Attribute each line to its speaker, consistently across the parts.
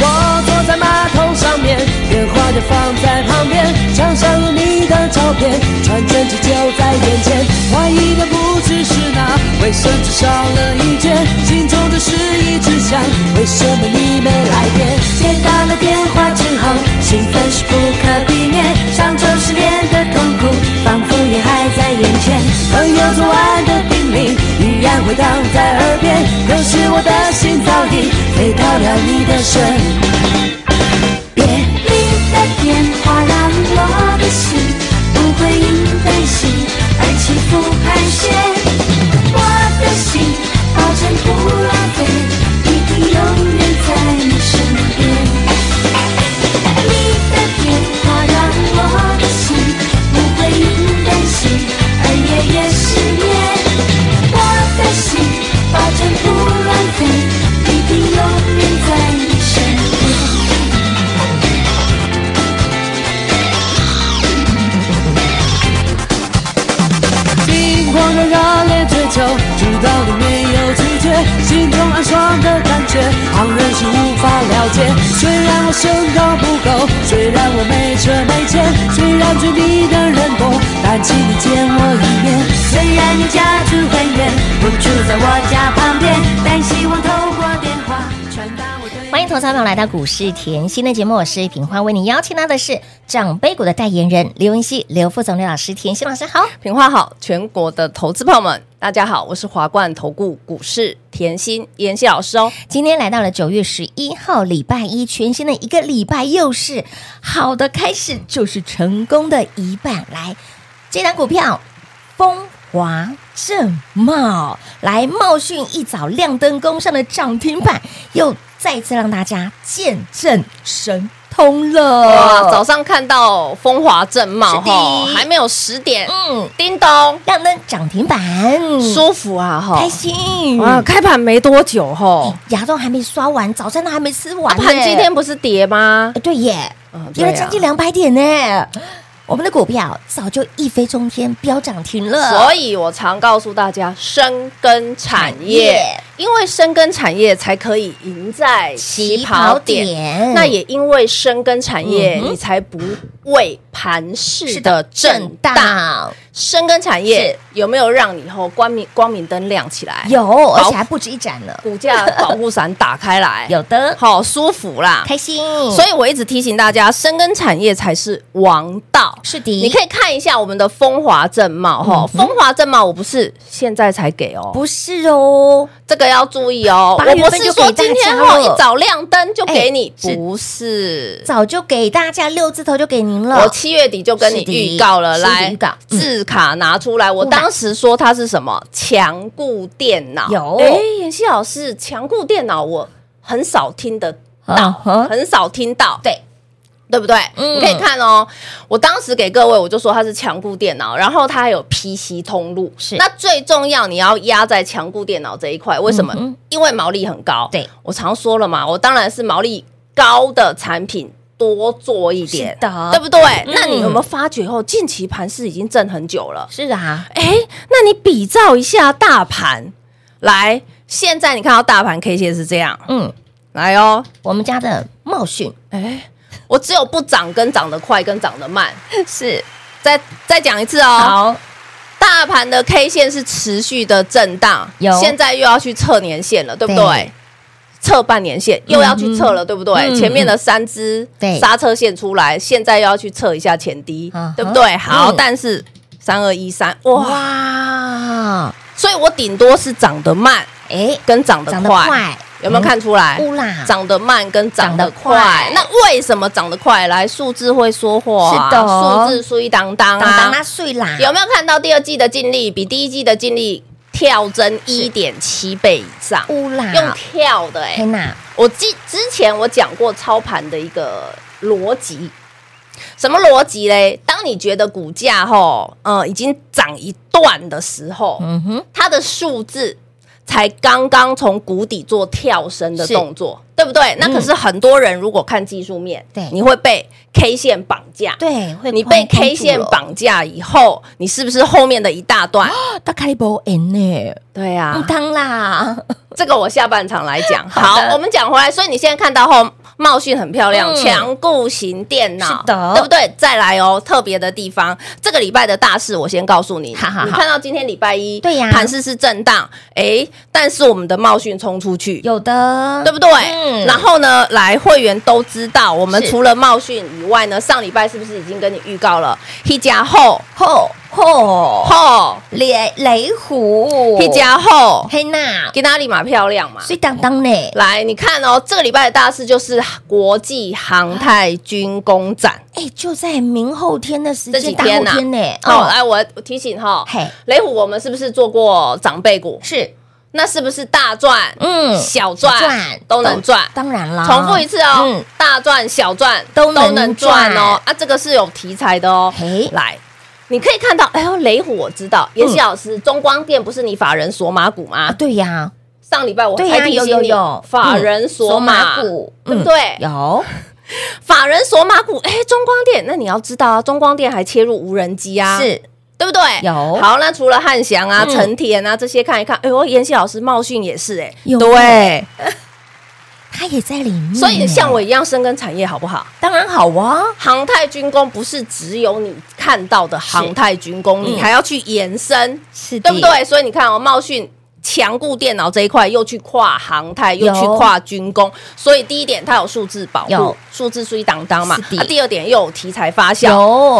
Speaker 1: 我坐在马桶上面，电话就放在旁边，墙上有你的照片，传真机就在眼前。怀疑的不只是那卫生纸少了一卷，心中的事一直想，为什么你没来电？接打了电话之后，兴奋是不可避免，上周失恋的痛苦仿佛也还在眼前，朋友昨晚的叮咛依然回荡在耳边，可是我的心早已飞到了你的身。别离的电话让我的心不会因担心而起伏盘旋。我的心保证不浪费，一定永远在你身边。你的电话让我的心不会因担心而夜夜失眠。我的心保证不浪费，一定永远在你身边。心狂热热烈追求，直到你没有拒绝，心中暗爽的感觉，旁人是无法了解。虽然我身高不够，虽然我没车没钱，虽然追你的人多，但请你见我一面。虽然你家住很远，不住在我家旁边，但希望透过电话传达我对。
Speaker 2: 欢迎投资朋友来到股市甜心的节目，我是平花，为你邀请到的是长辈股的代言人刘云熙、刘副总、刘老师，甜心老师好。
Speaker 3: 平花好，全国的投资朋友们，大家好，我是华冠投顾股市甜心妍希老师哦。
Speaker 2: 今天来到了九月十一号，礼拜一，全新的一个礼拜又是好的开始，就是成功的一半。来，这档股票风华正茂，来茂讯一早亮灯攻上的涨停板，又再次让大家见证神通了。
Speaker 3: 哇，早上看到风华正茂
Speaker 2: 哦是的
Speaker 3: 哈，还没有十点，
Speaker 2: 嗯，
Speaker 3: 叮咚，
Speaker 2: 亮灯涨停板，
Speaker 3: 舒服啊哈
Speaker 2: 嗯开。心
Speaker 3: 哇，
Speaker 2: 哇！
Speaker 3: 开盘没多久哈，
Speaker 2: 牙都还没刷完，早餐都还没吃完呢、
Speaker 3: 哦盘今天不是跌吗
Speaker 2: 呃？对耶，
Speaker 3: 嗯对
Speaker 2: 跌
Speaker 3: 啊
Speaker 2: 了将近两百点呢。我们的股票早就一飞冲天，飙涨停了。
Speaker 3: 所以我常告诉大家，深耕产业，
Speaker 2: 产
Speaker 3: 因为深耕产业才可以赢在起跑点。
Speaker 2: 起跑点
Speaker 3: 那也因为深耕产业，
Speaker 2: 嗯嗯哼
Speaker 3: 你才不为盘势
Speaker 2: 是
Speaker 3: 的
Speaker 2: 的，
Speaker 3: 震
Speaker 2: 震
Speaker 3: 荡。
Speaker 2: 荡
Speaker 3: 深耕产业有没有让你以后光明光明灯亮起来？
Speaker 2: 有，而且还不止一盏呢。，
Speaker 3: 股价保护伞打开来
Speaker 2: 有的，
Speaker 3: 好舒服啦。
Speaker 2: 开心。
Speaker 3: 所
Speaker 2: 以
Speaker 3: 以我一直提醒大家，深耕产业才是王道。
Speaker 2: 是的，
Speaker 3: 你可以看一下我们的风华正茂哈，
Speaker 2: 嗯哼
Speaker 3: 风华正茂我不是现在才给哦，
Speaker 2: 不是哦，
Speaker 3: 这个要注意哦。
Speaker 2: 八月
Speaker 3: 我
Speaker 2: 份
Speaker 3: 不是
Speaker 2: 就给
Speaker 3: 说
Speaker 2: 大家
Speaker 3: 今天
Speaker 2: 了
Speaker 3: 后一早亮灯就给你，
Speaker 2: 哎是
Speaker 3: 不是。
Speaker 2: 早就给大家六字头就给您
Speaker 3: 我
Speaker 2: 了。
Speaker 3: 七月底就跟你
Speaker 2: 是的
Speaker 3: 预告了，
Speaker 2: 是的
Speaker 3: 来
Speaker 2: 预告嗯
Speaker 3: 字卡拿出来。我
Speaker 2: 出来
Speaker 3: 当时说它是什么强固电脑，
Speaker 2: 有
Speaker 3: 哎，妍希老师，强固电脑我很少听得
Speaker 2: 嗯
Speaker 3: 到，
Speaker 2: 哼
Speaker 3: 很少听到，
Speaker 2: 对，
Speaker 3: 对不对？
Speaker 2: 嗯
Speaker 3: 你可以看哦，我当时给各位我就说它是强固电脑，然后它还有 PC 通路。
Speaker 2: 是
Speaker 3: 那最重要，你要压在强固电脑这一块，为什么？
Speaker 2: 嗯哼
Speaker 3: 因为毛利很高。
Speaker 2: 对，
Speaker 3: 我常说了嘛，我当然是毛利高的产品。多做一点
Speaker 2: 是，的
Speaker 3: 对不对？
Speaker 2: 嗯
Speaker 3: 那你有没有发觉后，近期盘势已经震很久了？
Speaker 2: 是啊，
Speaker 3: 哎，那你比照一下大盘，来，现在你看到大盘 K 线是这样，
Speaker 2: 嗯，
Speaker 3: 来哦，
Speaker 2: 我们家的茂讯
Speaker 3: 哎，我只有不涨跟涨得快跟涨得慢。
Speaker 2: 是
Speaker 3: 再再讲一次哦，
Speaker 2: 好，
Speaker 3: 大盘的 K 线是持续的震荡
Speaker 2: 有，
Speaker 3: 现在又要去测年线了，对不
Speaker 2: 对
Speaker 3: 对？测半年线又要去测了，对不
Speaker 2: 嗯
Speaker 3: 对？
Speaker 2: 嗯
Speaker 3: 前面的三只
Speaker 2: 对
Speaker 3: 刹车线出来，现在又要去测一下前低
Speaker 2: 嗯哼，
Speaker 3: 对不对？好，
Speaker 2: 嗯
Speaker 3: 但是三二一三，哇！
Speaker 2: 哇，
Speaker 3: 所以我顶多是涨得慢
Speaker 2: 哎，
Speaker 3: 跟涨得
Speaker 2: 长得
Speaker 3: 快，
Speaker 2: 快，
Speaker 3: 有没有看出来？
Speaker 2: 嗯有啦
Speaker 3: 涨得慢跟涨得快，
Speaker 2: 涨得快
Speaker 3: 那为什么涨得快？来，数字会说话、啊
Speaker 2: 是的哦
Speaker 3: 数字数一当当
Speaker 2: 当当
Speaker 3: 啊
Speaker 2: 那。碎啦，
Speaker 3: 有没有看到第二季的净利比第一季的净利跳增一点七倍以上？
Speaker 2: 乌啦，
Speaker 3: 用跳的哎、
Speaker 2: 天哪，
Speaker 3: 我记之前我讲过操盘的一个逻辑，什么逻辑嘞？当你觉得股价吼，呃，已经涨一段的时候，
Speaker 2: 嗯哼，
Speaker 3: 它的数字才刚刚从谷底做跳升的动作，对不对？那可是很多人如果看技术面，
Speaker 2: 嗯对
Speaker 3: 你会被 K 线绑架，
Speaker 2: 对，会
Speaker 3: 你被
Speaker 2: 碰
Speaker 3: K 线，绑架以后，你是不是后面的一大段？
Speaker 2: 大开波 N 呢？
Speaker 3: 对啊呀、
Speaker 2: 不当啦，
Speaker 3: 这个我下半场来讲。
Speaker 2: 好
Speaker 3: 好
Speaker 2: 的，
Speaker 3: 我们讲回来，所以你现在看到后，茂讯很漂亮，
Speaker 2: 嗯
Speaker 3: 强固型电脑，
Speaker 2: 是的
Speaker 3: 对不对？再来哦，特别的地方，这个礼拜的大事我先告诉你。
Speaker 2: 好好好
Speaker 3: 你看到今天礼拜一，
Speaker 2: 对呀
Speaker 3: 盘势是震荡，哎，但是我们的茂讯冲出去。
Speaker 2: 有的，
Speaker 3: 对不对？
Speaker 2: 嗯
Speaker 3: 然后呢，来会员都知道，我们
Speaker 2: 是
Speaker 3: 除了茂讯以外呢，上礼拜是不是已经跟你预告了？一加后
Speaker 2: 吼吼，
Speaker 3: 后
Speaker 2: 雷雷虎，
Speaker 3: 一加后，
Speaker 2: 黑娜，
Speaker 3: 给哪里嘛漂亮嘛？
Speaker 2: 碎当当呢？
Speaker 3: 来，你看哦，这个礼拜的大事就是国际航太军工展。
Speaker 2: 哎，就在明后天的时
Speaker 3: 这
Speaker 2: 间，
Speaker 3: 几
Speaker 2: 大
Speaker 3: 天
Speaker 2: 后
Speaker 3: 呐
Speaker 2: 天呢？
Speaker 3: 哦，，来，我我提醒哈、
Speaker 2: 嘿，
Speaker 3: 雷虎，我们是不是做过长辈股？
Speaker 2: 是，
Speaker 3: 那是不是大赚、
Speaker 2: 嗯，
Speaker 3: 小赚
Speaker 2: 赚
Speaker 3: 都能赚？
Speaker 2: 当然啦，
Speaker 3: 重复一次哦，
Speaker 2: 嗯
Speaker 3: 大赚、小赚
Speaker 2: 都能
Speaker 3: 赚哦
Speaker 2: 赚。
Speaker 3: 啊，这个是有题材的哦
Speaker 2: 嘿。
Speaker 3: 来，你可以看到，哎呦，雷虎我知道，妍
Speaker 2: 嗯
Speaker 3: 希老师，中光电不是你法人索马股吗
Speaker 2: 啊，？对呀，
Speaker 3: 上礼拜我
Speaker 2: 对
Speaker 3: 还
Speaker 2: 呀，
Speaker 3: 提
Speaker 2: 有
Speaker 3: 醒
Speaker 2: 有
Speaker 3: 你
Speaker 2: 有，
Speaker 3: 法
Speaker 2: 嗯
Speaker 3: 人索马
Speaker 2: 股，
Speaker 3: 对不
Speaker 2: 嗯
Speaker 3: 对
Speaker 2: 有，
Speaker 3: 法人索马股，哎，中光电，那你要知道啊，中光电还切入无人机啊，，
Speaker 2: 是
Speaker 3: 对不对？
Speaker 2: 有
Speaker 3: 好，那除了汉翔啊、
Speaker 2: 嗯
Speaker 3: 成田啊这些看一看，哎呦，妍希老师茂讯也是，哎，
Speaker 2: 有 嗯
Speaker 3: 对，
Speaker 2: 它也在里面，
Speaker 3: 所以像我一样深耕产业好不好？
Speaker 2: 当然好啊，
Speaker 3: 航太军工不是只有你看到的航太军工，
Speaker 2: 嗯
Speaker 3: 你还要去延伸，
Speaker 2: 是的，
Speaker 3: 对不？对？所以你看哦，茂讯。强固电脑这一块又去跨航太，又
Speaker 2: 有
Speaker 3: 去跨军工，所以第一点它有数字保护
Speaker 2: 有，
Speaker 3: 数字是一档档嘛。
Speaker 2: 是的
Speaker 3: 啊第二点又有题材发酵，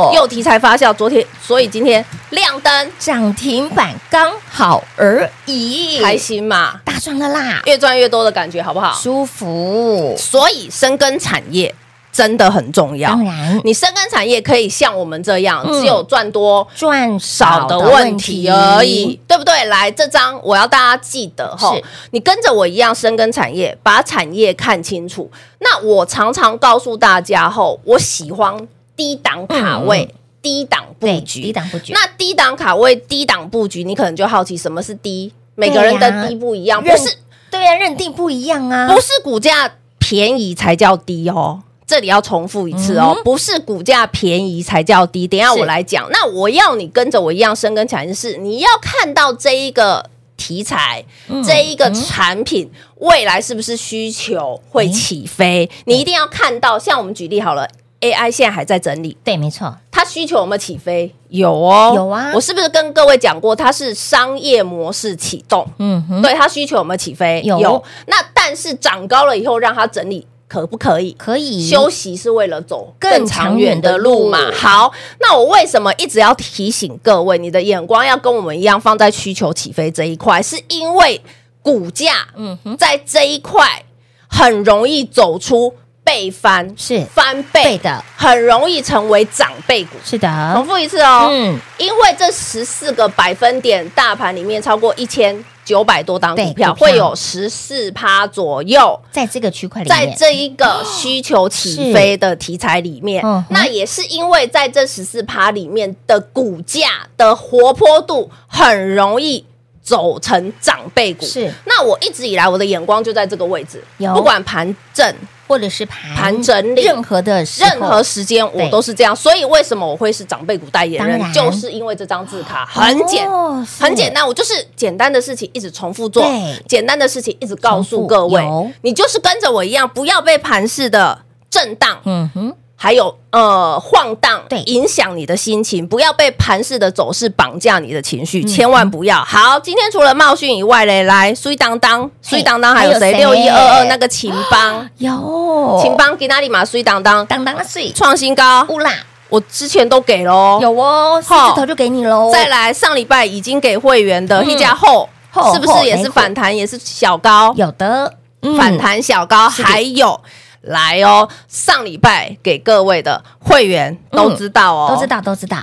Speaker 2: 有
Speaker 3: 又题材发酵，昨天，所以今天亮灯，
Speaker 2: 涨停板刚好而已，
Speaker 3: 开心嘛，
Speaker 2: 大赚了啦，
Speaker 3: 越赚越多的感觉，好不好？
Speaker 2: 舒服，
Speaker 3: 所以深耕产业真的很重要
Speaker 2: 当。然
Speaker 3: 你深耕产业可以像我们这样，
Speaker 2: 嗯
Speaker 3: 只有赚多
Speaker 2: 赚少
Speaker 3: 少
Speaker 2: 的
Speaker 3: 的
Speaker 2: 问
Speaker 3: 问
Speaker 2: 题
Speaker 3: 题而已，，对不对？来，这张我要大家记得哈
Speaker 2: 是，
Speaker 3: 你跟着我一样深耕产业，把产业看清楚。那我常常告诉大家后，我喜欢低档卡位、
Speaker 2: 嗯
Speaker 3: 低档布
Speaker 2: 对，
Speaker 3: 局、
Speaker 2: 低档布局，
Speaker 3: 那低档卡位、低档布局，你可能就好奇什么是低，每个人的低不一样，不
Speaker 2: 认
Speaker 3: 是
Speaker 2: 对啊，认定不一样啊，
Speaker 3: 不是股价便宜才叫低哦。这里要重复一次哦，不是股价便宜才叫低。等一下
Speaker 2: 嗯是
Speaker 3: 我来讲，那我要你跟着我一样深耕产业，是你要看到这一个题材，
Speaker 2: 嗯
Speaker 3: 这一个产品未来是不是需求会
Speaker 2: 嗯
Speaker 3: 起飞？你一定要看到，像我们举例好了，AI 现在还在整理，
Speaker 2: 对，没错，
Speaker 3: 它需求有没有起飞？有哦，
Speaker 2: 有啊
Speaker 3: 我是不是跟各位讲过，它是商业模式启动？
Speaker 2: 嗯哼，
Speaker 3: 对，它需求有没有起飞？
Speaker 2: 有
Speaker 3: 那但是长高了以后，让它整理可不可以？
Speaker 2: 可以
Speaker 3: 休息是为了走
Speaker 2: 更
Speaker 3: 更长远的
Speaker 2: 长远
Speaker 3: 路嘛。
Speaker 2: 的路
Speaker 3: 好，那我为什么一直要提醒各位，你的眼光要跟我们一样放在需求起飞这一块，是因为股价
Speaker 2: 嗯哼，
Speaker 3: 在这一块很容易走出被翻，
Speaker 2: 是
Speaker 3: 翻
Speaker 2: 对
Speaker 3: 倍，
Speaker 2: 的，
Speaker 3: 很容易成为长辈股。
Speaker 2: 是的
Speaker 3: 重，复一次哦，
Speaker 2: 啊嗯，
Speaker 3: 因为这十四个百分点大盘里面超过一千九百多档
Speaker 2: 对
Speaker 3: 股票，
Speaker 2: 股票
Speaker 3: 会有十四趴左右。
Speaker 2: 在这个区块里
Speaker 3: 在
Speaker 2: 面，
Speaker 3: 这一个需求起飞的题材里面
Speaker 2: 是嗯哼，
Speaker 3: 那也是因为在这十四趴里面的股价的活泼度很容易走成长辈股。
Speaker 2: 是，
Speaker 3: 那我一直以来我的眼光就在这个位置，
Speaker 2: 有
Speaker 3: 不管盘正
Speaker 2: 或者是盘
Speaker 3: 盘整理
Speaker 2: 任何的时候
Speaker 3: 任何时间我
Speaker 2: 对
Speaker 3: 都是这样，所以为什么我会是长辈股代言
Speaker 2: 当
Speaker 3: 人？
Speaker 2: 然
Speaker 3: 就是因为这张字卡很简
Speaker 2: 哦是
Speaker 3: 很简单，我就是简单的事情一直重复做
Speaker 2: 对，
Speaker 3: 简单的事情一直告
Speaker 2: 重
Speaker 3: 诉
Speaker 2: 复
Speaker 3: 各位
Speaker 2: 有，
Speaker 3: 你就是跟着我一样，不要被盘势的震荡，
Speaker 2: 嗯哼，
Speaker 3: 还有呃晃荡
Speaker 2: 对，
Speaker 3: 影响你的心情，不要被盘势的走势绑架你的情
Speaker 2: 嗯
Speaker 3: 绪，千万不要。好，今天除了茂讯以外嘞，来苏当当，苏当当还有谁？
Speaker 2: 还有谁
Speaker 3: 六
Speaker 2: 哦
Speaker 3: 一二二那个秦邦，
Speaker 2: 有
Speaker 3: 秦邦给哪里嘛？苏当当
Speaker 2: 当当的水
Speaker 3: 创新高，
Speaker 2: 乌啦，
Speaker 3: 我之前都给喽。
Speaker 2: 有哦，四字头就给你喽，
Speaker 3: 再来，上礼拜已经给会员的
Speaker 2: 嗯
Speaker 3: 一家后
Speaker 2: 后
Speaker 3: 是不是也
Speaker 2: 后
Speaker 3: 是
Speaker 2: 没
Speaker 3: 反弹，也是小高？
Speaker 2: 有的嗯
Speaker 3: 反弹小高，还有来哦，上礼拜给各位的会员都知道哦，
Speaker 2: 嗯都知道，都知道。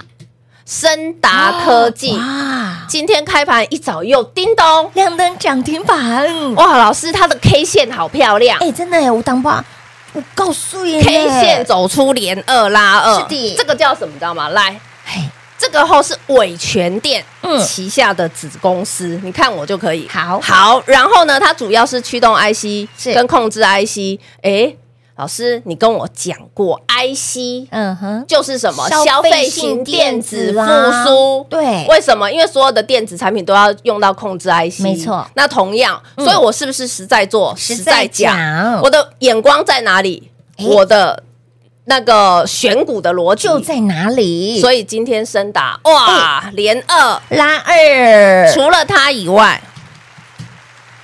Speaker 3: 深达科技
Speaker 2: 哇，
Speaker 3: 今天开盘一早又叮咚，
Speaker 2: 亮灯涨停板，
Speaker 3: 哇，老师它的 K 线好漂亮。
Speaker 2: 哎，真的耶，我当爸，我告诉你
Speaker 3: K 线，走出连二拉二，
Speaker 2: 是的
Speaker 3: 这个叫什么？你知道吗？来，
Speaker 2: 嘿，
Speaker 3: 这个后是伟全店
Speaker 2: 嗯
Speaker 3: 旗下的子公司，你看我就可以。
Speaker 2: 好
Speaker 3: 好，然后呢，它主要是驱动 IC
Speaker 2: 是
Speaker 3: 跟控制 IC。哎，老师，你跟我讲过 IC。
Speaker 2: 嗯哼，
Speaker 3: 就是什么
Speaker 2: 消
Speaker 3: 消
Speaker 2: 费
Speaker 3: 费
Speaker 2: 性
Speaker 3: 型
Speaker 2: 电
Speaker 3: 电
Speaker 2: 子
Speaker 3: 子
Speaker 2: 啦
Speaker 3: 复苏？
Speaker 2: 对
Speaker 3: 为什么？因为所有的电子产品都要用到控制 IC，
Speaker 2: 没错
Speaker 3: 那同样，
Speaker 2: 嗯
Speaker 3: 所以我是不是实在做
Speaker 2: 实在讲
Speaker 3: 我的眼光在哪里？
Speaker 2: 诶
Speaker 3: 我的那个选股的逻辑
Speaker 2: 就在哪里？哦
Speaker 3: 所以今天深达哇，连二，
Speaker 2: 拉二，
Speaker 3: 除了它以外，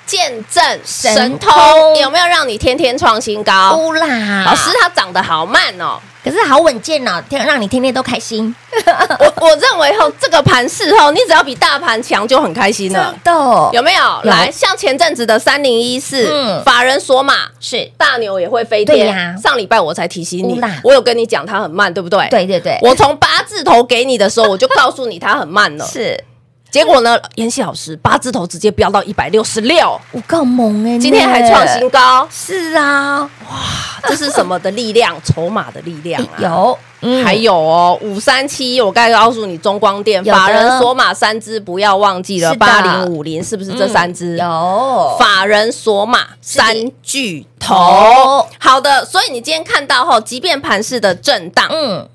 Speaker 3: 见证
Speaker 2: 神
Speaker 3: 神
Speaker 2: 通哦
Speaker 3: 通有没有让你天天创新高？
Speaker 2: 乌啦，
Speaker 3: 老师，它涨得好慢哦，
Speaker 2: 可是好稳健哦，天让你天天都开心，
Speaker 3: 我我认为后这个盘事后，你只要比大盘强就很开心了
Speaker 2: 真，的哦，
Speaker 3: 有没有？
Speaker 2: 有
Speaker 3: 来，像前阵子的三零一四
Speaker 2: 嗯，
Speaker 3: 法人索马。
Speaker 2: 是，
Speaker 3: 大牛也会飞
Speaker 2: 对
Speaker 3: 天，
Speaker 2: 呀
Speaker 3: 上礼拜我才提醒
Speaker 2: 乌
Speaker 3: 你
Speaker 2: 啦，
Speaker 3: 我有跟你讲它很慢，对不对？
Speaker 2: 对对对，
Speaker 3: 我从八字头给你的时候，我就告诉你它很慢了。
Speaker 2: 是
Speaker 3: 结果呢，妍希老师八字头直接飙到一百六十六，
Speaker 2: 我够猛哎，
Speaker 3: 今天还创新，
Speaker 2: 嗯
Speaker 3: 高，
Speaker 2: 是啊，哎
Speaker 3: 这是什么的力量？筹码的力量啊！
Speaker 2: 有，嗯
Speaker 3: 还有哦，五三七，我刚才告诉你中光电、
Speaker 2: 有的
Speaker 3: 法人索马三只，不要忘记了
Speaker 2: 是的嗯
Speaker 3: 八零五零，是不是这三只？
Speaker 2: 有
Speaker 3: 法人索马
Speaker 2: 是的
Speaker 3: 三巨
Speaker 2: 头
Speaker 3: 头。好的，所以你今天看到后，即便盘势的震荡，
Speaker 2: 嗯，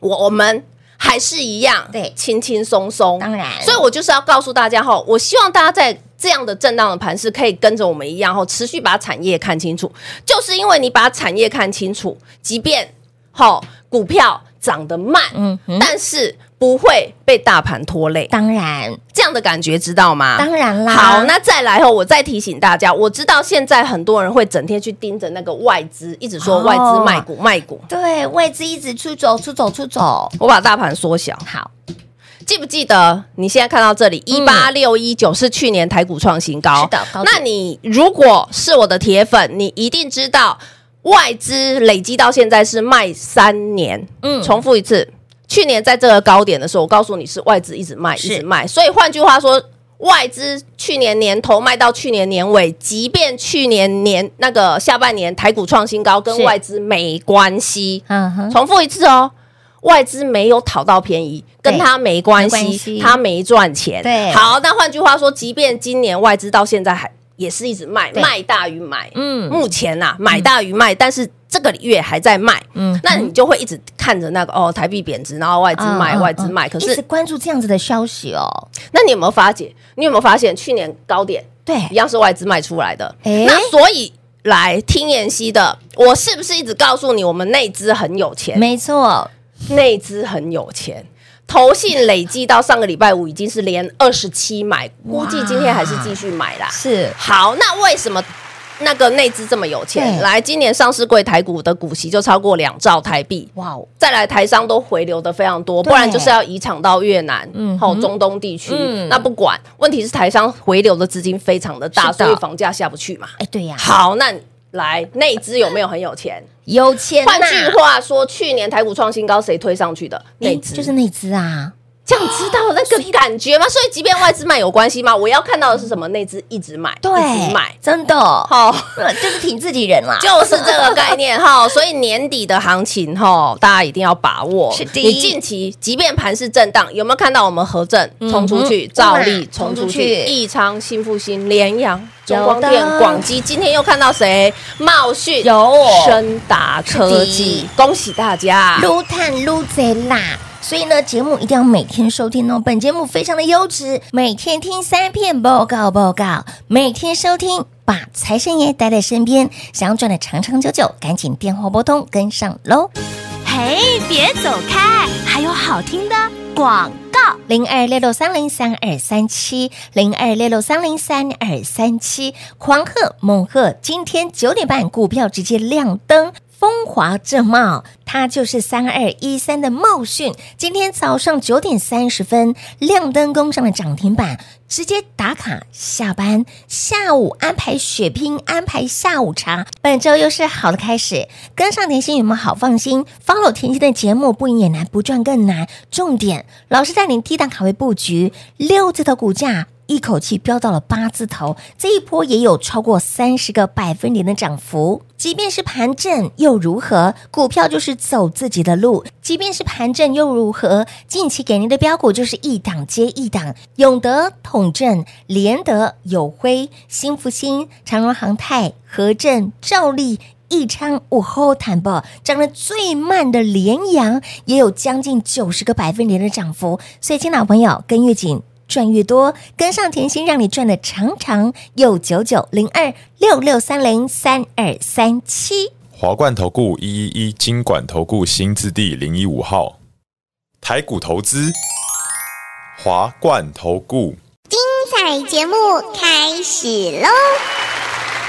Speaker 3: 我我们还是一样，
Speaker 2: 对
Speaker 3: 轻轻松松。
Speaker 2: 当然
Speaker 3: 所以我就是要告诉大家哈，我希望大家在这样的震荡的盘势，可以跟着我们一样哈，持续把产业看清楚。就是因为你把产业看清楚，即便哈股票涨得慢，
Speaker 2: 嗯哼
Speaker 3: 但是不会被大盘拖累，
Speaker 2: 当然
Speaker 3: 这样的感觉知道吗？
Speaker 2: 当然啦，
Speaker 3: 啊好，那再来后，我再提醒大家，我知道现在很多人会整天去盯着那个外资，一直说
Speaker 2: 哦
Speaker 3: 外资卖股、卖股。
Speaker 2: 对外资一直出走出走出走，
Speaker 3: 我把大盘缩小，
Speaker 2: 好，
Speaker 3: 记不记得？你现在看到这里一
Speaker 2: 嗯
Speaker 3: 八六一九是去年台股创新高，
Speaker 2: 是的高点
Speaker 3: 那你如果是我的铁粉，你一定知道外资累积到现在是卖三年。
Speaker 2: 嗯
Speaker 3: 重复一次，去年在这个高点的时候，我告诉你是外资一直卖，一
Speaker 2: 是
Speaker 3: 直卖。所以换句话说，外资去年年头卖到去年年尾，即便去年年那个下半年台股创新高，跟
Speaker 2: 是
Speaker 3: 外资没关系。
Speaker 2: 嗯哼，
Speaker 3: 重复一次哦，外资没有讨到便宜，
Speaker 2: 对
Speaker 3: 跟他没关
Speaker 2: 没关
Speaker 3: 系
Speaker 2: 系，
Speaker 3: 他没赚钱。
Speaker 2: 对
Speaker 3: 好，那换句话说，即便今年外资到现在还也是一直卖，
Speaker 2: 对
Speaker 3: 卖大于买，
Speaker 2: 嗯
Speaker 3: 目前呐、啊、买大于卖，但是这个月还在卖，
Speaker 2: 嗯
Speaker 3: 那你就会一直看着那个哦，台币贬值，然后外资卖，
Speaker 2: 嗯嗯
Speaker 3: 外资
Speaker 2: 嗯
Speaker 3: 卖。可
Speaker 2: 一直
Speaker 3: 是，
Speaker 2: 关注这样子的消息哦，
Speaker 3: 那你有没有发觉？你有没有发现去年高点
Speaker 2: 对，
Speaker 3: 一样是外资卖出来的？
Speaker 2: 诶
Speaker 3: 那所以来听妍希的，我是不是一直告诉你，我们内资很有钱？
Speaker 2: 没错，
Speaker 3: 内资很有钱，投信累计到上个礼拜五已经是连二十七买，估计今天还是继续买啦。
Speaker 2: 是
Speaker 3: 好，那为什么那个内资这么有钱？
Speaker 2: 对
Speaker 3: 来，今年上市柜台股的股息就超过两兆台币。
Speaker 2: 哇哦，
Speaker 3: 再来，台商都回流的非常多，
Speaker 2: 对
Speaker 3: 不然就是要移厂到越南，
Speaker 2: 嗯
Speaker 3: 嗯，
Speaker 2: 哼
Speaker 3: 还有中东地区。
Speaker 2: 嗯
Speaker 3: 那不管，问题是台商回流的资金非常的大，
Speaker 2: 是的
Speaker 3: 所以房价下不去嘛。
Speaker 2: 哎，对呀，
Speaker 3: 好，那来内资有没有很有钱？
Speaker 2: 有钱
Speaker 3: 换
Speaker 2: 呐，
Speaker 3: 句话说，去年台股创新高，谁推上去的？
Speaker 2: 哎
Speaker 3: 内资
Speaker 2: 就是那只啊，
Speaker 3: 这样知道那个感觉吗？所以即便外资卖有关系吗？我要看到的是什么？内资一直买，
Speaker 2: 对
Speaker 3: 一直买，，
Speaker 2: 真的，
Speaker 3: 好。
Speaker 2: 呃就是挺自己人啦，
Speaker 3: 就是这个概念哈，所以年底的行情哈，大家一定要把握。
Speaker 2: 是的
Speaker 3: 你近期即便盘势震荡，有没有看到我们合正冲出去，照例嗯冲出
Speaker 2: 冲出去
Speaker 3: 去，益昌、新复兴、联阳、
Speaker 2: 有的
Speaker 3: 中光电、广基，今天又看到谁？茂讯、
Speaker 2: 有
Speaker 3: 深达科技，恭喜大家！
Speaker 2: 撸探撸贼啦！所以呢，节目一定要每天收听哦。本节目非常的优质，每天听三遍报告报告，每天收听，把财神爷带在身边。想要赚的长长久久，赶紧电话拨通跟上喽。
Speaker 4: 嘿，别走开，还有好听的广告。
Speaker 2: 零二六六三零三二三七，零二六六三零三二三七，狂贺猛贺！今天九点半股票直接亮灯。风华正茂，它就是三二一三的茂讯。今天早上九点三十分亮灯攻上了涨停板，直接打卡下班，下午安排血拼，安排下午茶。本周又是好的开始，跟上甜心有没有好放心？follow 甜心的节目不赢也难，不赚更难。重点，老师带领低档卡位布局，六字头股价。一口气飙到了八字头，这一波也有超过三十个百分点的涨幅。即便是盘正又如何？股票就是走自己的路。即便是盘正又如何？近期给您的标股就是一档接一档，永德、统正、联德、友辉、新复兴、长荣航太、和正、兆利。一昌午后坦报涨得最慢的联阳，也有将近九十个百分点的涨幅。所以，亲老朋友，跟越紧，赚越多，跟上甜心，让你赚的长长又久久。零二六六三零三二三七，
Speaker 5: 华冠投顾一一一金管投顾新字第零一五号，台股投资，华冠投顾。
Speaker 6: 彩节目开始喽！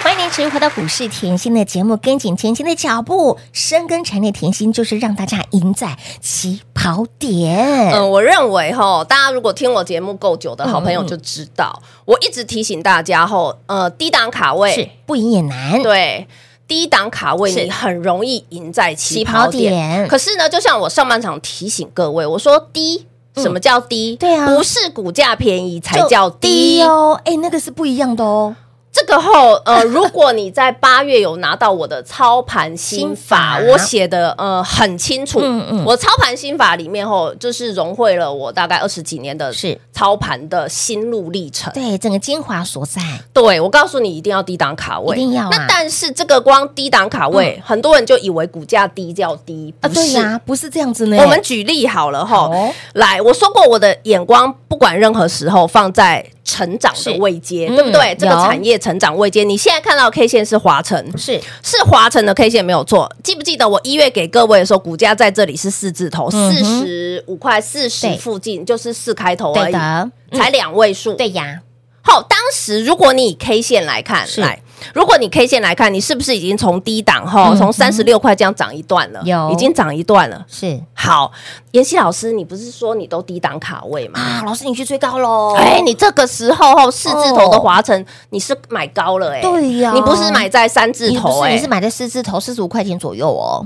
Speaker 2: 欢迎您持续回到股市甜心的节目，跟紧甜心的脚步，深耕产业甜心就是让大家赢在起跑点。
Speaker 3: 嗯，我认为哈，大家如果听我节目够久的好朋友
Speaker 2: 嗯嗯
Speaker 3: 就知道，我一直提醒大家吼，呃，低档卡
Speaker 2: 是
Speaker 3: 位，
Speaker 2: 不赢也难，
Speaker 3: 对。低档卡位，
Speaker 2: 是
Speaker 3: 你很容易赢在起
Speaker 2: 起
Speaker 3: 跑
Speaker 2: 跑
Speaker 3: 点。
Speaker 2: 点嗯
Speaker 3: 可是呢，就像我上半场提醒各位，我说低，什么叫低？
Speaker 2: 对啊
Speaker 3: 不是股价便宜才
Speaker 2: 就
Speaker 3: 叫低哦。
Speaker 2: 哦。哎，那个是不一样的哦。
Speaker 3: 这个后，呃，如果你在八月有拿到我的操盘心法，
Speaker 2: 心法
Speaker 3: 我写的呃很清楚，
Speaker 2: 嗯嗯
Speaker 3: 我操盘心法里面吼，就是融汇了我大概二十几年的
Speaker 2: 是
Speaker 3: 操盘的心路历程。
Speaker 2: 对，整个精华所在，
Speaker 3: 对，我告诉你，一定要低档卡位，
Speaker 2: 一定要啊嗯
Speaker 3: 那但是这个光低档卡位，很多人就以为股价低叫低，
Speaker 2: 啊，
Speaker 3: 不
Speaker 2: 对
Speaker 3: 是。
Speaker 2: 呀，不是这样子呢。
Speaker 3: 我们举例好了哈
Speaker 2: 好，
Speaker 3: 来，我说过我的眼光，不管任何时候放在成长的位阶，
Speaker 2: 是
Speaker 3: 对不对？
Speaker 2: 嗯
Speaker 3: 这个
Speaker 2: 有
Speaker 3: 产业成长位阶，你现在看到的 K 线是华晨，
Speaker 2: 是
Speaker 3: 是华晨的 K 线没有错。记不记得我一月给各位的时候，股价在这里是四字头，
Speaker 2: 嗯
Speaker 3: 四
Speaker 2: 哼
Speaker 3: 十五块、四
Speaker 2: 对
Speaker 3: 十附近，就是四开头而
Speaker 2: 对
Speaker 3: 已，
Speaker 2: 的，嗯
Speaker 3: 才两位数。
Speaker 2: 对呀，
Speaker 3: 好，当时如果你以 K 线来看，
Speaker 2: 是
Speaker 3: 来，如果你 K 线来看，你是不是已经从低档后
Speaker 2: 嗯
Speaker 3: 从三十六块这样涨一段了？
Speaker 2: 有
Speaker 3: 已经涨一段了。
Speaker 2: 是
Speaker 3: 好，妍希老师，你不是说你都低档卡位吗？
Speaker 2: 啊，老师你去追高喽。
Speaker 3: 哎、你这个时候后四字头的华晨，你是买高了哎、
Speaker 2: 哦对呀
Speaker 3: 你不是买在三字
Speaker 2: 你不
Speaker 3: 头
Speaker 2: 是
Speaker 3: 哎、
Speaker 2: 你是买在四字头，四十五块钱左右哦。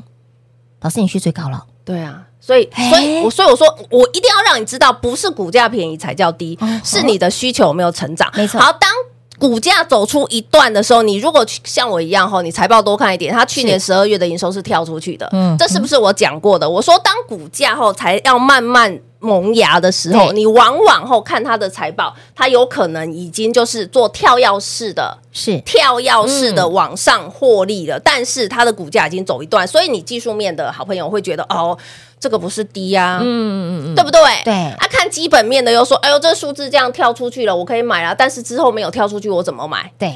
Speaker 2: 老师，你去最高了，
Speaker 3: 对啊，所以
Speaker 2: 哎
Speaker 3: 所以我所以我说我一定要让你知道，不是股价便宜才叫低，
Speaker 2: 嗯
Speaker 3: 是你的需求有没有成长。
Speaker 2: 没错
Speaker 3: 好，当股价走出一段的时候，你如果去像我一样吼，你财报多看一点，它去年十二月的营收是跳出去的，
Speaker 2: 嗯
Speaker 3: 这是不是我讲过的？我说当股价后才要慢慢。萌芽的时候，
Speaker 2: 对
Speaker 3: 你往往后看它的财报，它有可能已经就是做跳跃式的
Speaker 2: 是
Speaker 3: 跳跃式
Speaker 2: 嗯
Speaker 3: 的往上获利了，但是它的股价已经走一段，所以你技术面的好朋友会觉得哦，这个不是低呀、
Speaker 2: 嗯嗯嗯，
Speaker 3: 对不对？
Speaker 2: 对
Speaker 3: 啊，看基本面的又说，哎呦，这数字这样跳出去了，我可以买了，啊但是之后没有跳出去，我怎么买？
Speaker 2: 对，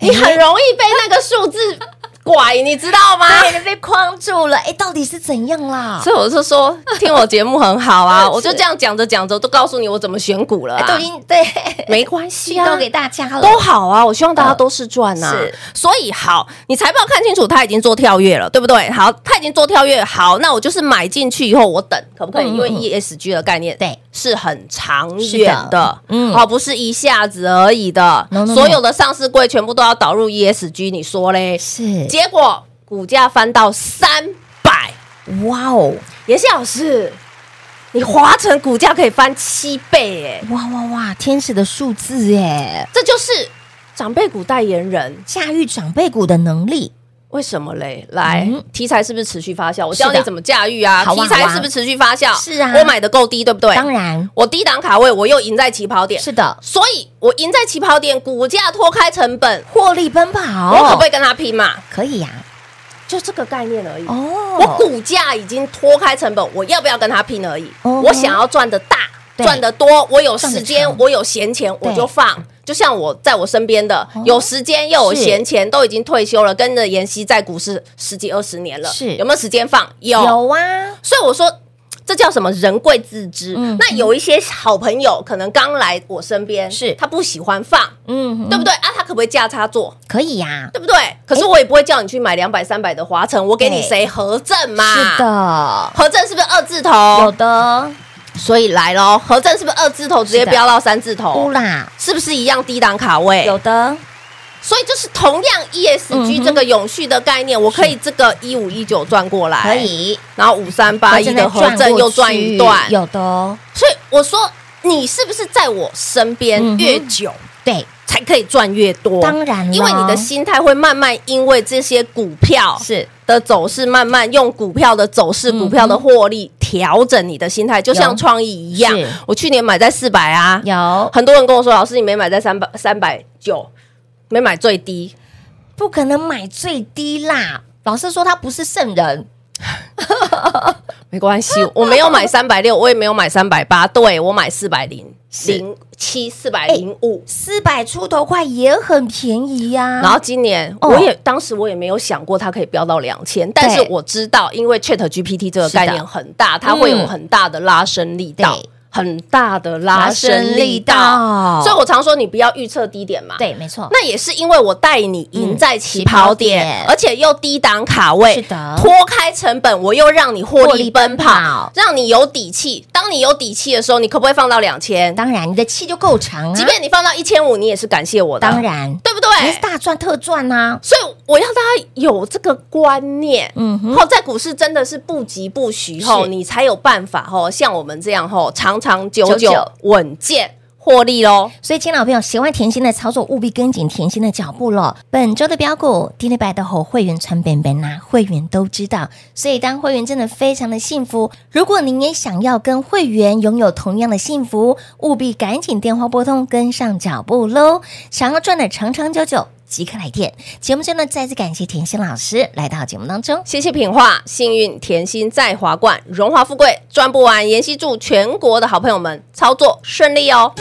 Speaker 3: 你很容易被那个数字拐，你知道吗？
Speaker 2: 哎，被框住了，哎，到底是怎样啦？
Speaker 3: 所以我就说，听我节目很好 啊，我就这样讲着讲着，都告诉你我怎么选股了、
Speaker 2: 哎
Speaker 3: 啊，
Speaker 2: 都已经 对，
Speaker 3: 没关系啊，
Speaker 2: 都给大家了，
Speaker 3: 都好啊，我希望大家都是赚呐、
Speaker 2: 嗯是
Speaker 3: 所以好，你财报看清楚，它已经做跳跃了，对不对？好，它已经做跳跃，好，那我就是买进去以后，我等可不可以？
Speaker 2: 嗯
Speaker 3: 因为
Speaker 2: 嗯
Speaker 3: ESG 的概念
Speaker 2: 对
Speaker 3: 是很长
Speaker 2: 是
Speaker 3: 远
Speaker 2: 的
Speaker 3: 的，
Speaker 2: 嗯
Speaker 3: 哦，不是一下子而已的
Speaker 2: No, no, no
Speaker 3: 所有的上市柜全部都要导入 ESG，你说嘞？
Speaker 2: 是
Speaker 3: 结果股价翻到三百，
Speaker 2: 哇哦，
Speaker 3: 妍希老师，你华晨股价可以翻七倍哎、
Speaker 2: 哇哇哇，天使的数字哎，
Speaker 3: 这就是长辈股代言人。
Speaker 2: 驾驭长辈股的能力，
Speaker 3: 为什么嘞？来，
Speaker 2: 嗯
Speaker 3: 题材是不是持续发酵？我
Speaker 2: 是的
Speaker 3: 教你怎么驾驭啊！
Speaker 2: 好啊
Speaker 3: 题
Speaker 2: 好
Speaker 3: 材
Speaker 2: 啊
Speaker 3: 是不是持续发酵？
Speaker 2: 是啊
Speaker 3: 我买的够低，对不对？
Speaker 2: 当，然
Speaker 3: 我低档卡位，我又赢在起跑点，
Speaker 2: 是的，
Speaker 3: 所以我赢在起跑点，股价脱开成本，
Speaker 2: 获利奔跑，
Speaker 3: 我可不可以跟他拼嘛？
Speaker 2: 可以呀？
Speaker 3: 就这个概念而已。
Speaker 2: 哦，
Speaker 3: 我股价已经脱开成本，我要不要跟他拼而已？
Speaker 2: 哦
Speaker 3: 我想要赚的大，
Speaker 2: 对
Speaker 3: 赚的多，我有
Speaker 2: 赚得
Speaker 3: 时间
Speaker 2: 长，
Speaker 3: 我有闲钱，我就放。就像我在我身边的，
Speaker 2: 哦
Speaker 3: 有时间又有
Speaker 2: 是
Speaker 3: 闲钱，都已经退休了，跟着妍希在股市十几二十年了，
Speaker 2: 是
Speaker 3: 有没有时间放？有。
Speaker 2: 有啊，
Speaker 3: 所以我说，这叫什么？人贵自知。
Speaker 2: 嗯
Speaker 3: 那有一些好朋友可能刚来我身边，
Speaker 2: 是
Speaker 3: 他不喜欢放，
Speaker 2: 嗯，
Speaker 3: 对不对啊？他可不可以价差做？
Speaker 2: 可以呀、
Speaker 3: 对不对？可是我也不会叫你去买两百、三百的华晨，我给你
Speaker 2: 对
Speaker 3: 谁合正嘛？
Speaker 2: 是，的，
Speaker 3: 合正是不是二字
Speaker 2: 有
Speaker 3: 头？哦
Speaker 2: 的，
Speaker 3: 所以来喽，合正是不是二字头直接
Speaker 2: 是的
Speaker 3: 飙到三字
Speaker 2: 乌
Speaker 3: 头？
Speaker 2: 啦，
Speaker 3: 是不是一样低档卡位？
Speaker 2: 有的，
Speaker 3: 所以就是同样
Speaker 2: 嗯
Speaker 3: ESG
Speaker 2: 哼
Speaker 3: 这个永续的概念，我可以这个一五一九转过来，
Speaker 2: 可，以。
Speaker 3: 然后五三八一的合
Speaker 2: 转
Speaker 3: 正
Speaker 2: 过
Speaker 3: 又转一
Speaker 2: 去
Speaker 3: 段，
Speaker 2: 有的哦，
Speaker 3: 所以我说你是不是在我
Speaker 2: 嗯
Speaker 3: 身
Speaker 2: 哼
Speaker 3: 边越久
Speaker 2: 对，
Speaker 3: 才可以赚越多？
Speaker 2: 当然啊咯
Speaker 3: 因为你的心态会慢慢因为这些股票
Speaker 2: 是
Speaker 3: 的走势，慢慢用股票的走势、
Speaker 2: 嗯哼
Speaker 3: 股票的获利调整你的心态，就
Speaker 2: 有
Speaker 3: 像创意一样
Speaker 2: 是，
Speaker 3: 我去年买在四百啊，
Speaker 2: 有，
Speaker 3: 很多人跟我说，老师你没买在三百三百九，没买最低。
Speaker 2: 不可能买最低啦。老师说他不是圣人，
Speaker 3: 没关系，我没有买三百六，我也没有买三百八，对我买四百零零七、四百
Speaker 2: 哎
Speaker 3: 零五。
Speaker 2: 四百出头块也很便宜呀、
Speaker 3: 然后今年
Speaker 2: 哦
Speaker 3: 我也、当时我也没有想过它可以飙到两千，但是我知道，因为 Chat GPT 这个概念很大，它会有很大的拉升力道
Speaker 2: 对，
Speaker 3: 很大的拉升力
Speaker 2: 拉升力道
Speaker 3: 道。所以我常说，你不要预测低点嘛。
Speaker 2: 对，没错，
Speaker 3: 那也是因为我带你赢在起跑点，
Speaker 2: 嗯起跑点
Speaker 3: 而且又低档卡位，
Speaker 2: 是的
Speaker 3: 脱开成本，我又让你获
Speaker 2: 获利
Speaker 3: 利奔
Speaker 2: 奔
Speaker 3: 跑，
Speaker 2: 跑
Speaker 3: 让你有底气。当你有底气的时候，你可不可以放到两千？
Speaker 2: 当然你的气就够长啊，
Speaker 3: 即便你放到一千五，你也是感谢我的，
Speaker 2: 当，然，
Speaker 3: 对不对？
Speaker 2: 你是大赚特赚呐、
Speaker 3: 所以我要大家有这个观念，
Speaker 2: 嗯哼
Speaker 3: 然后在股市真的是不急不徐后，
Speaker 2: 是
Speaker 3: 你才有办法吼，像我们这样吼，长长久
Speaker 2: 久
Speaker 3: 久
Speaker 2: 久
Speaker 3: 稳健获利喽。
Speaker 2: 所以，亲老朋友，喜欢甜心的操作，务必跟紧甜心的脚步了。本周的标股，迪丽白的吼会员传本本呐、会员都知道。所以，当会员真的非常的幸福。如果您也想要跟会员拥有同样的幸福，务必赶紧电话拨通，跟上脚步喽。想要赚的长长久久，即刻来电。节目中呢，再次感谢甜心老师来到节目当中。
Speaker 3: 谢谢品画，幸运甜心在华冠，荣华富贵赚不完。妍希祝全国的好朋友们操作顺利哦。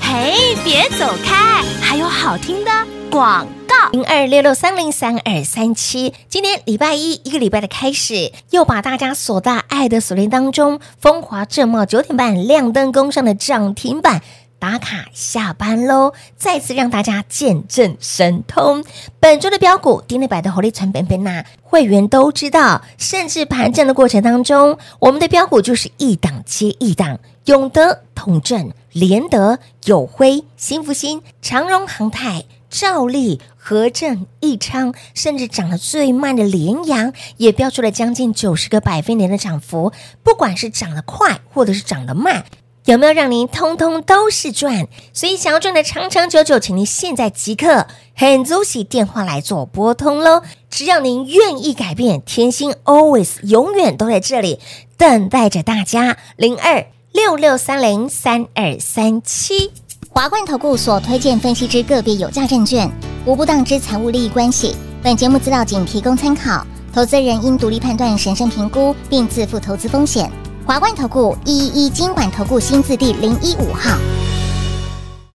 Speaker 4: 嘿，别走开，还有好听的广告。
Speaker 2: 零二六六三零三二三七。今天礼拜一，一个礼拜的开始，又把大家所大爱的锁链当中，风华正茂九点半亮灯攻上的涨停板。打卡下班喽！再次让大家见证神通。本周的标股，丁内百的活力传本本呐、会员都知道，甚至盘整的过程当中，我们的标股就是一档接一档，永德、统正、联德、友辉、新福星、长荣航太、兆利、和正、益昌，甚至涨得最慢的联阳，也标出了将近九十个百分点的涨幅。不管是涨得快，或者是涨得慢。有没有让您通通都是赚？所以想要赚的长长久久，请您现在即刻很足喜电话来做拨通喽！只要您愿意改变，甜心 always 永远都在这里等待着大家。零二六六三零三二三七。
Speaker 6: 华冠投顾所推荐分析之个别有价证券，无不当之财务利益关系。本节目资料仅提供参考，投资人应独立判断、审慎评估，并自负投资风险。华冠投顾一一一金管投顾新字第零一五号。